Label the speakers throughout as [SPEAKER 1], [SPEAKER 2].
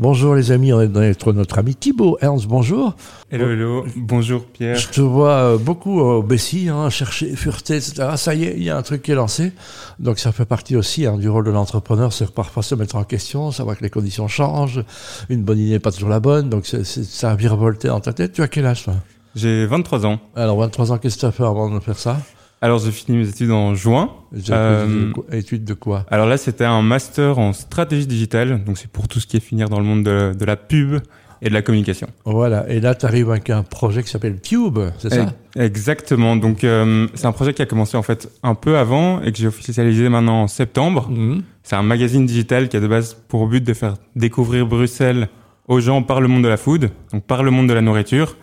[SPEAKER 1] Bonjour les amis, on est dans notre ami Thibaut. Ernst, bonjour.
[SPEAKER 2] Hello, hello. Bonjour Pierre.
[SPEAKER 1] Oh. Je te vois euh, beaucoup au Bessie, hein, chercher, fureter, etc. Ça y est, il y a un truc qui est lancé. Donc ça fait partie aussi hein, du rôle de l'entrepreneur, c'est parfois se mettre en question, savoir que les conditions changent, une bonne idée n'est pas toujours la bonne, donc c'est, c'est, ça a virevolté dans ta tête. Tu as quel âge toi
[SPEAKER 2] J'ai 23 ans.
[SPEAKER 1] Alors 23 ans, qu'est-ce que tu as fait avant de faire ça
[SPEAKER 2] Alors j'ai fini mes études en juin.
[SPEAKER 1] Études
[SPEAKER 2] Euh,
[SPEAKER 1] de quoi- études de quoi
[SPEAKER 2] Alors là, c'était un master en stratégie digitale, donc c'est pour tout ce qui est finir dans le monde de, de la pub et de la communication.
[SPEAKER 1] Voilà, et là tu arrives avec un projet qui s'appelle Tube, c'est ça
[SPEAKER 2] Eh, Exactement. Donc euh, c'est un projet qui a commencé en fait un peu avant et que j'ai officialisé maintenant en septembre.
[SPEAKER 1] Mhm.
[SPEAKER 2] C'est un magazine digital qui a de base pour but de faire découvrir Bruxelles aux gens par le monde de la food, donc par le monde de la nourriture.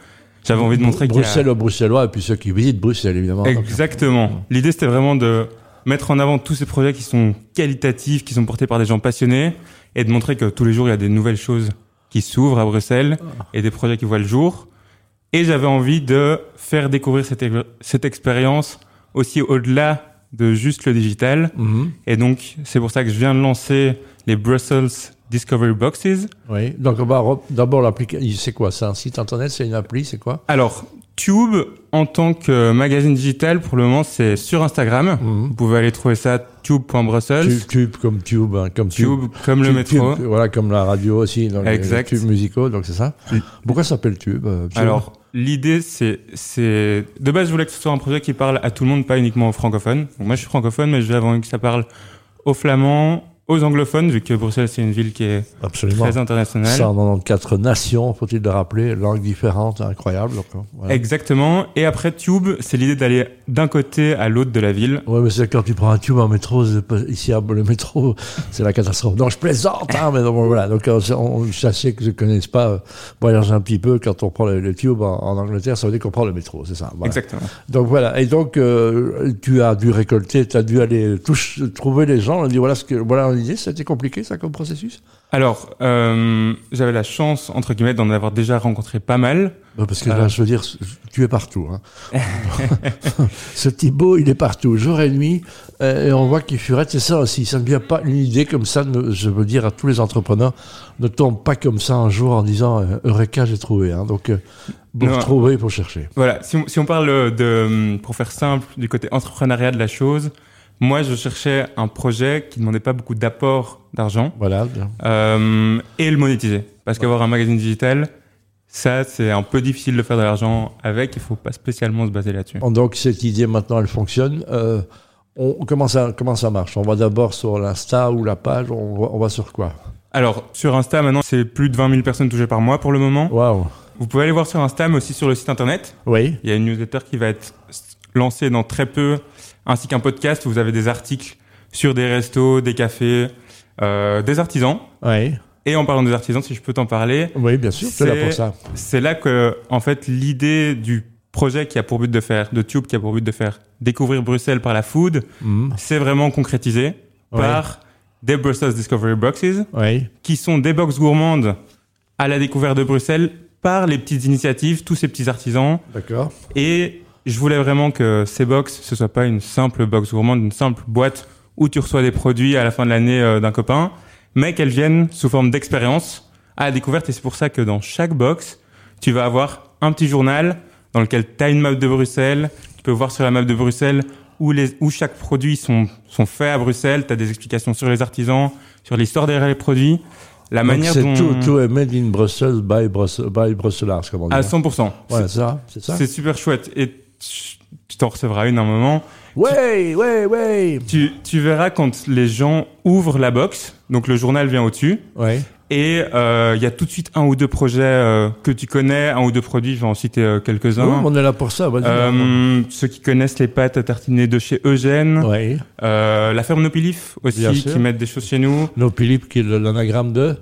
[SPEAKER 2] J'avais envie de montrer qu'il y a-
[SPEAKER 1] Bruxelles aux Bruxellois, et puis ceux qui visitent Bruxelles évidemment. Donc,
[SPEAKER 2] Exactement. L'idée, c'était vraiment de mettre en avant tous ces projets qui sont qualitatifs, qui sont portés par des gens passionnés, et de montrer que tous les jours, il y a des nouvelles choses qui s'ouvrent à Bruxelles, et des projets qui voient le jour. Et j'avais envie de faire découvrir cette, ex- cette expérience aussi au-delà de juste le digital.
[SPEAKER 1] mhm.
[SPEAKER 2] Et donc, c'est pour ça que je viens de lancer les Brussels Discovery Boxes.
[SPEAKER 1] Oui, donc on va re- d'abord l'application. C'est quoi C'est un site internet C'est une appli C'est quoi
[SPEAKER 2] Alors, Tube, en tant que magazine digital, pour le moment, c'est sur Instagram. Vous pouvez aller trouver ça, tube.brussels.
[SPEAKER 1] Tube, tube comme tube, hein, comme tube.
[SPEAKER 2] Tube, comme le
[SPEAKER 1] Tube,
[SPEAKER 2] métro.
[SPEAKER 1] tube, voilà, comme la radio aussi, dans
[SPEAKER 2] Exact.
[SPEAKER 1] les tubes musicaux, donc c'est ça.
[SPEAKER 2] Oui.
[SPEAKER 1] Pourquoi ça s'appelle tube, euh, Tube
[SPEAKER 2] Alors, l'idée, c'est, c'est, de base, je voulais que ce soit un projet qui parle à tout le monde, pas uniquement aux francophones. Donc, moi, je suis francophone, mais j'avais envie que ça parle aux flamands, aux anglophones, vu que Bruxelles, c'est une ville qui est
[SPEAKER 1] Absolument.
[SPEAKER 2] très internationale.
[SPEAKER 1] 194 nations, faut-il le rappeler, langues différentes, incroyable. donc, euh, voilà.
[SPEAKER 2] Exactement. Et après, Tube, c'est l'idée d'aller d'un côté à l'autre de la ville.
[SPEAKER 1] Ouais, mais c'est quand tu prends un tube en métro, c'est pas- ici à le métro, c'est la catastrophe. Non, je plaisante, hein, mais non, bon, voilà. Donc, euh, on, sachez que je ne connaisse pas, euh, voyage un petit peu, quand on prend le, le tube en, en Angleterre, ça veut dire qu'on prend le métro, c'est ça. Voilà.
[SPEAKER 2] Exactement.
[SPEAKER 1] Donc voilà, et donc euh, tu as dû récolter, tu as dû aller touche- trouver les gens, leur dire voilà ce que voilà l'idée, c'était compliqué ça comme processus
[SPEAKER 2] Alors, euh, j'avais la chance, entre guillemets, d'en avoir déjà rencontré pas mal.
[SPEAKER 1] Non, Parce que
[SPEAKER 2] Ah.
[SPEAKER 1] là, je veux dire, tu es partout. Hein. ce Thibaut, il est partout, jour et nuit, euh, et on voit qu'il furette, c'est ça aussi. Ça ne vient pas une idée comme ça, ne- je veux dire à tous les entrepreneurs, ne tombe pas comme ça un jour en disant euh, Eureka, j'ai trouvé. Hein. Donc, euh, pour
[SPEAKER 2] Non.
[SPEAKER 1] trouver, pour chercher.
[SPEAKER 2] Voilà, si on, si on parle euh, de, pour faire simple, du côté entrepreneuriat de la chose, moi je cherchais un projet qui ne demandait pas beaucoup d'apport d'argent
[SPEAKER 1] Voilà.
[SPEAKER 2] euh, et le monétiser. Parce qu'avoir un magazine digital, ça c'est un peu difficile de faire de l'argent avec, il faut pas spécialement se baser là-dessus.
[SPEAKER 1] Bon, Donc cette idée maintenant elle fonctionne. Euh, on, comment, ça, comment ça marche On va d'abord sur l'Insta ou la page, on, va- on va sur quoi
[SPEAKER 2] Alors sur Insta maintenant c'est plus de 20 000 personnes touchées par mois pour le moment.
[SPEAKER 1] Waouh
[SPEAKER 2] Vous pouvez aller voir sur Insta mais aussi sur le site internet.
[SPEAKER 1] Oui
[SPEAKER 2] Il y a une newsletter qui va être lancée dans très peu, ainsi qu'un podcast où vous avez des articles sur des restos, des cafés, euh, des artisans.
[SPEAKER 1] Oui,
[SPEAKER 2] Et en parlant des artisans, si je peux t'en parler,
[SPEAKER 1] oui bien sûr, c'est là pour ça.
[SPEAKER 2] c'est là que, en fait, l'idée du projet qui a pour but de faire, de Tube qui a pour but de faire découvrir Bruxelles par la food,
[SPEAKER 1] Mhm.
[SPEAKER 2] c'est vraiment concrétisé
[SPEAKER 1] Ouais.
[SPEAKER 2] par des Brussels Discovery Boxes,
[SPEAKER 1] Oui,
[SPEAKER 2] qui sont des box gourmandes à la découverte de Bruxelles par les petites initiatives, tous ces petits artisans,
[SPEAKER 1] d'accord.
[SPEAKER 2] et je voulais vraiment que ces box, ce soit pas une simple box gourmande, une simple boîte où tu reçois des produits à la fin de l'année euh, d'un copain, mais qu'elles viennent sous forme d'expérience à la découverte. Et c'est pour ça que dans chaque box, tu vas avoir un petit journal dans lequel tu as une map de Bruxelles. Tu peux voir sur la map de Bruxelles où, les, où chaque produit sont, sont faits à Bruxelles. Tu as des explications sur les artisans, sur l'histoire derrière les produits, la
[SPEAKER 1] Donc,
[SPEAKER 2] manière
[SPEAKER 1] c'est
[SPEAKER 2] dont...
[SPEAKER 1] tout, tout est made in Brussels by, Brussels, by Bruxelars, comme on dit.
[SPEAKER 2] À
[SPEAKER 1] hein.
[SPEAKER 2] 100%.
[SPEAKER 1] Voilà, c'est ça, c'est ça
[SPEAKER 2] C'est super chouette. Et tu tu t'en recevras une à un moment.
[SPEAKER 1] Ouais, ouais, ouais
[SPEAKER 2] Tu, tu verras quand les gens ouvrent la box, donc le journal vient au-dessus,
[SPEAKER 1] Oui,
[SPEAKER 2] et euh, il y a tout de suite un ou deux projets euh, que tu connais, un ou deux produits, je vais en citer euh, quelques-uns.
[SPEAKER 1] on est là pour ça, vas-y.
[SPEAKER 2] Euh, ceux qui connaissent les pâtes à tartiner de chez Eugène,
[SPEAKER 1] Oui,
[SPEAKER 2] euh, la ferme Nopilif aussi,
[SPEAKER 1] Bien sûr.
[SPEAKER 2] qui mettent des choses chez nous.
[SPEAKER 1] nos Philippe qui est le- l'anagramme de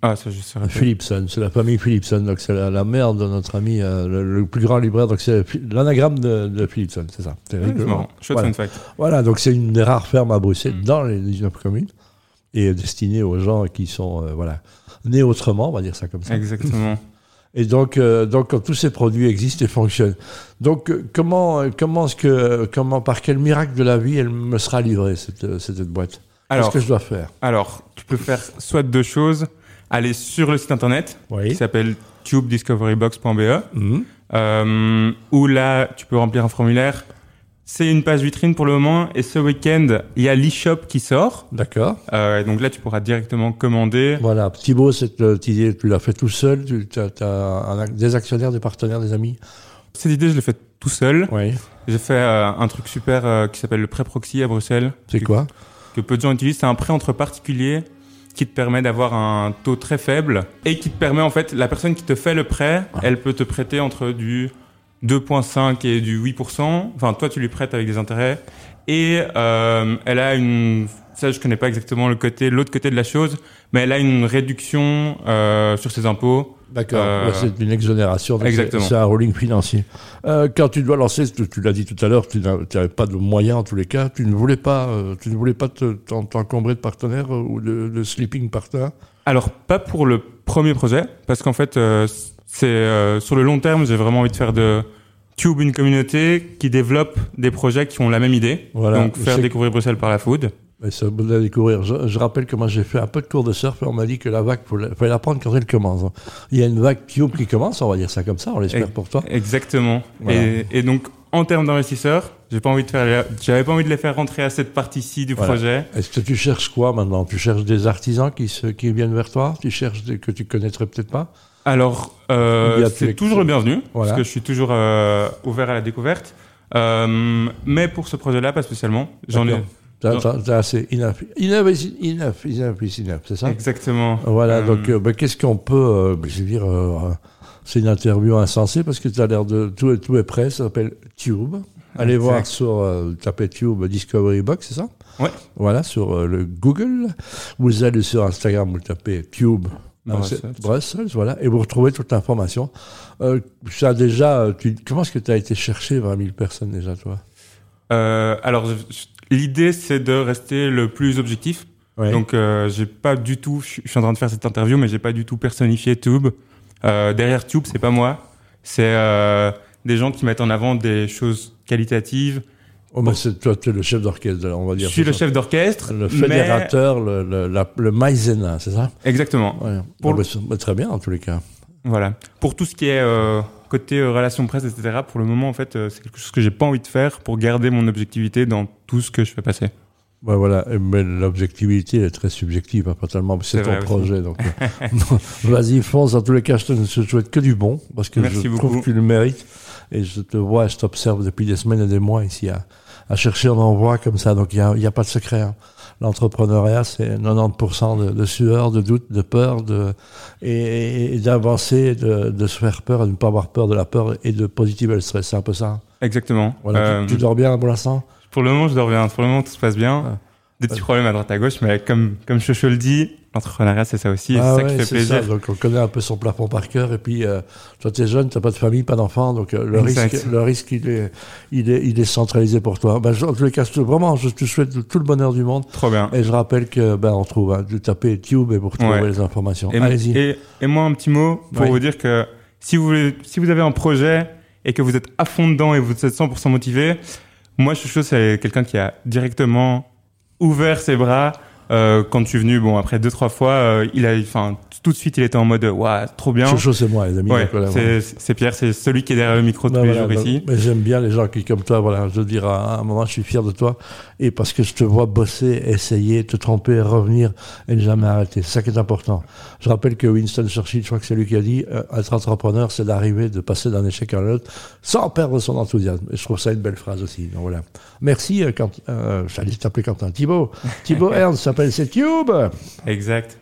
[SPEAKER 2] Ah, ça je saurais pas.
[SPEAKER 1] Philipson, c'est la famille Philipson, donc c'est la, la mère de notre ami, euh, le, le plus grand libraire, donc c'est Phi- l'anagramme de, de Philipson, c'est ça. C'est
[SPEAKER 2] Ouais, C'est
[SPEAKER 1] rigolo.
[SPEAKER 2] marrant. Chouette
[SPEAKER 1] Voilà.
[SPEAKER 2] fun fact.
[SPEAKER 1] Voilà, donc c'est une des rares fermes à Bruxelles
[SPEAKER 2] Mm.
[SPEAKER 1] dans les 19 communes et destinée aux gens qui sont euh, voilà, nés autrement, on va dire ça comme ça.
[SPEAKER 2] Exactement.
[SPEAKER 1] Et donc, euh, donc quand tous ces produits existent et fonctionnent. Donc euh, comment, euh, comment est-ce que, comment, par quel miracle de la vie elle me sera livrée cette, euh, cette boîte Qu'est-ce
[SPEAKER 2] Alors,
[SPEAKER 1] que je dois faire
[SPEAKER 2] alors, tu peux faire soit deux choses. aller sur le site internet
[SPEAKER 1] Oui.
[SPEAKER 2] qui s'appelle tubediscoverybox.be
[SPEAKER 1] Mhm.
[SPEAKER 2] euh, où là, tu peux remplir un formulaire. C'est une page vitrine pour le moment et ce week-end, il y a l'e-shop qui sort.
[SPEAKER 1] D'accord.
[SPEAKER 2] Euh, et donc là, tu pourras directement commander.
[SPEAKER 1] Voilà, Thibaut, cette euh, petite idée, tu l'as fait tout seul, tu as, des actionnaires, des partenaires, des amis.
[SPEAKER 2] Cette idée, je l'ai faite tout seul.
[SPEAKER 1] Oui.
[SPEAKER 2] J'ai fait euh, un truc super euh, qui s'appelle le pré-proxy à Bruxelles.
[SPEAKER 1] C'est
[SPEAKER 2] Que-
[SPEAKER 1] quoi
[SPEAKER 2] Que peu de gens utilisent. C'est un prêt entre particuliers qui te permet d'avoir un taux très faible et qui te permet, en fait, la personne qui te fait le prêt, elle peut te prêter entre du 2,5 et du 8%. Enfin, toi, tu lui prêtes avec des intérêts. Et euh, elle a une... Ça, je connais pas exactement le côté, l'autre côté de la chose, mais elle a une réduction euh, sur ses impôts.
[SPEAKER 1] D'accord.
[SPEAKER 2] Euh,
[SPEAKER 1] Ouais, c'est une exonération. donc
[SPEAKER 2] exactement.
[SPEAKER 1] C'est c'est un rolling financier. Euh, quand tu dois lancer, tu, tu l'as dit tout à l'heure, tu n'avais pas de moyens en tous les cas. Tu ne voulais pas, euh, tu ne voulais pas te- t'en- t'encombrer de partenaires euh, ou de, de sleeping partner.
[SPEAKER 2] Alors, pas pour le premier projet, parce qu'en fait, euh, c'est euh, sur le long terme, j'ai vraiment envie de faire de Tube une communauté qui développe des projets qui ont la même idée.
[SPEAKER 1] Voilà.
[SPEAKER 2] Donc, faire
[SPEAKER 1] C'est-
[SPEAKER 2] découvrir Bruxelles par la food.
[SPEAKER 1] Mais c'est bon à découvrir. Je, je rappelle que moi j'ai fait un peu de cours de surf et on m'a dit que la vague, faut la, fallait la prendre quand elle commence. Il y a une vague tube qui commence, on va dire ça comme ça, on l'espère
[SPEAKER 2] Et-
[SPEAKER 1] pour toi.
[SPEAKER 2] Exactement.
[SPEAKER 1] Voilà.
[SPEAKER 2] Et, et donc, en termes d'investisseurs, j'ai pas envie de faire, la- j'avais pas envie de les faire rentrer à cette partie-ci du
[SPEAKER 1] Voilà.
[SPEAKER 2] projet.
[SPEAKER 1] Est-ce que tu cherches quoi maintenant Tu cherches des artisans qui, se, qui viennent vers toi Tu cherches des, que tu connaîtrais peut-être pas
[SPEAKER 2] Alors,
[SPEAKER 1] Il y
[SPEAKER 2] euh,
[SPEAKER 1] a
[SPEAKER 2] c'est
[SPEAKER 1] tous les-
[SPEAKER 2] toujours le bienvenu,
[SPEAKER 1] Voilà.
[SPEAKER 2] parce que je suis toujours euh, ouvert à la découverte. Euh, mais pour ce projet-là, pas spécialement. J'en ai.
[SPEAKER 1] D'accord. T'as-
[SPEAKER 2] Non.
[SPEAKER 1] t'as- t'as assez enough. Enough is enough, is enough is enough, c'est ça
[SPEAKER 2] Exactement.
[SPEAKER 1] Voilà,
[SPEAKER 2] Euh,
[SPEAKER 1] donc euh, ben, qu'est-ce qu'on peut. euh, ben, je veux dire, euh, c'est une interview insensée parce que tu as l'air de. Tout, est- tout est prêt, ça s'appelle Tube. Allez
[SPEAKER 2] Exact.
[SPEAKER 1] voir sur. Euh, tapez Tube Discovery Box, c'est ça
[SPEAKER 2] Ouais.
[SPEAKER 1] Voilà, sur euh, le Google. Vous allez sur Instagram, vous tapez Tube.
[SPEAKER 2] Brussels.
[SPEAKER 1] Brussels. Brussels, voilà, et vous retrouvez toute l'information. Euh, ça déjà, euh, tu, comment est-ce que tu as été chercher 20 000 personnes déjà, toi
[SPEAKER 2] Euh, alors, je- je- l'idée, c'est de rester le plus objectif.
[SPEAKER 1] Ouais.
[SPEAKER 2] Donc, euh, j'ai pas du tout. Je suis- je suis en train de faire cette interview, mais j'ai pas du tout personnifié Tube. Euh, derrière Tube, c'est pas moi. C'est euh, des gens qui mettent en avant des choses qualitatives.
[SPEAKER 1] Oh, mais c'est- toi, tu es le chef d'orchestre, on va
[SPEAKER 2] Je
[SPEAKER 1] dire.
[SPEAKER 2] suis
[SPEAKER 1] c'est
[SPEAKER 2] le
[SPEAKER 1] ça.
[SPEAKER 2] chef d'orchestre.
[SPEAKER 1] Le
[SPEAKER 2] mais-
[SPEAKER 1] fédérateur, le, le, la- le maïzena, c'est ça
[SPEAKER 2] Exactement.
[SPEAKER 1] ouais.
[SPEAKER 2] Pour
[SPEAKER 1] Ah,
[SPEAKER 2] le-
[SPEAKER 1] bah, c'est- bah, Très bien, en tous les cas.
[SPEAKER 2] Voilà. Pour tout ce qui est euh, côté euh, relations presse, etc. Pour le moment, en fait, euh, c'est quelque chose que j'ai pas envie de faire pour garder mon objectivité dans tout ce que je fais passer.
[SPEAKER 1] Bah, voilà, Et, mais l'objectivité elle est très subjective, hein, pas tellement, c'est
[SPEAKER 2] C'est
[SPEAKER 1] ton
[SPEAKER 2] vrai aussi.
[SPEAKER 1] projet. Donc, euh, vas-y, fonce. En tous les cas, je te ne te souhaite que du bon, parce que
[SPEAKER 2] Merci
[SPEAKER 1] je trouve
[SPEAKER 2] beaucoup.
[SPEAKER 1] que tu le mérites. Et je te vois, je t'observe depuis des semaines et des mois ici à, à chercher un envoi comme ça. Donc, il n'y a, il y a pas de secret. hein. L'entrepreneuriat, c'est 90% de, de sueur, de doute, de peur, de, et, et d'avancer, de, de se faire peur et de ne pas avoir peur de la peur et de positiver le stress. C'est un peu ça. hein.
[SPEAKER 2] Exactement.
[SPEAKER 1] Voilà,
[SPEAKER 2] Euh,
[SPEAKER 1] tu, tu dors bien pour l'instant
[SPEAKER 2] Pour le moment, je dors bien. Pour le moment, tout se passe bien.
[SPEAKER 1] Ah.
[SPEAKER 2] Des petits problèmes à droite à gauche, mais comme, comme Chocho le dit, l'entrepreneuriat, c'est ça aussi. et
[SPEAKER 1] Ah
[SPEAKER 2] c'est ça
[SPEAKER 1] ouais,
[SPEAKER 2] qui fait
[SPEAKER 1] c'est ça.
[SPEAKER 2] plaisir.
[SPEAKER 1] Donc on connaît un peu son plafond par cœur. Et puis euh, toi t'es jeune, t'as pas de famille, pas d'enfant, donc euh, le
[SPEAKER 2] Exact.
[SPEAKER 1] risque, le risque il est, il est, il est centralisé pour toi. Ben, je- en tous les cas, je te- vraiment, je te souhaite tout le bonheur du monde.
[SPEAKER 2] Trop bien.
[SPEAKER 1] Et je rappelle que ben on trouve, hein, de taper Tube et pour trouver
[SPEAKER 2] Ouais.
[SPEAKER 1] les informations.
[SPEAKER 2] Et,
[SPEAKER 1] Allez-y.
[SPEAKER 2] et, et moi, un petit mot pour
[SPEAKER 1] Ouais.
[SPEAKER 2] vous dire que si vous, voulez- si vous avez un projet et que vous êtes à fond dedans et vous êtes 100% motivé, moi, Chocho, c'est quelqu'un qui a directement ouvert ses bras. Euh, quand je suis venu, bon, après deux, trois fois, euh, il a, enfin, tout de suite, il était en mode, waouh, trop bien.
[SPEAKER 1] Chocho, c'est moi, les amis.
[SPEAKER 2] Ouais,
[SPEAKER 1] donc, voilà, voilà.
[SPEAKER 2] c'est c'est Pierre, c'est celui qui est derrière le micro tous
[SPEAKER 1] Ben
[SPEAKER 2] les
[SPEAKER 1] voilà,
[SPEAKER 2] jours
[SPEAKER 1] donc,
[SPEAKER 2] ici.
[SPEAKER 1] Mais j'aime bien les gens qui, comme toi, voilà, je veux dire, à un moment, je suis fier de toi. Et parce que je te vois bosser, essayer, te tromper, revenir et ne jamais arrêter. C'est ça qui est important. Je rappelle que Winston Churchill, je crois que c'est lui qui a dit, euh, être entrepreneur, c'est d'arriver, de passer d'un échec à l'autre sans perdre son enthousiasme. Et je trouve ça une belle phrase aussi. Donc voilà. Merci, euh, Quentin- euh, j'allais t'appeler Quentin. Thibaut. Thibaut Ernst s'appelle C'est Tube.
[SPEAKER 2] Exact.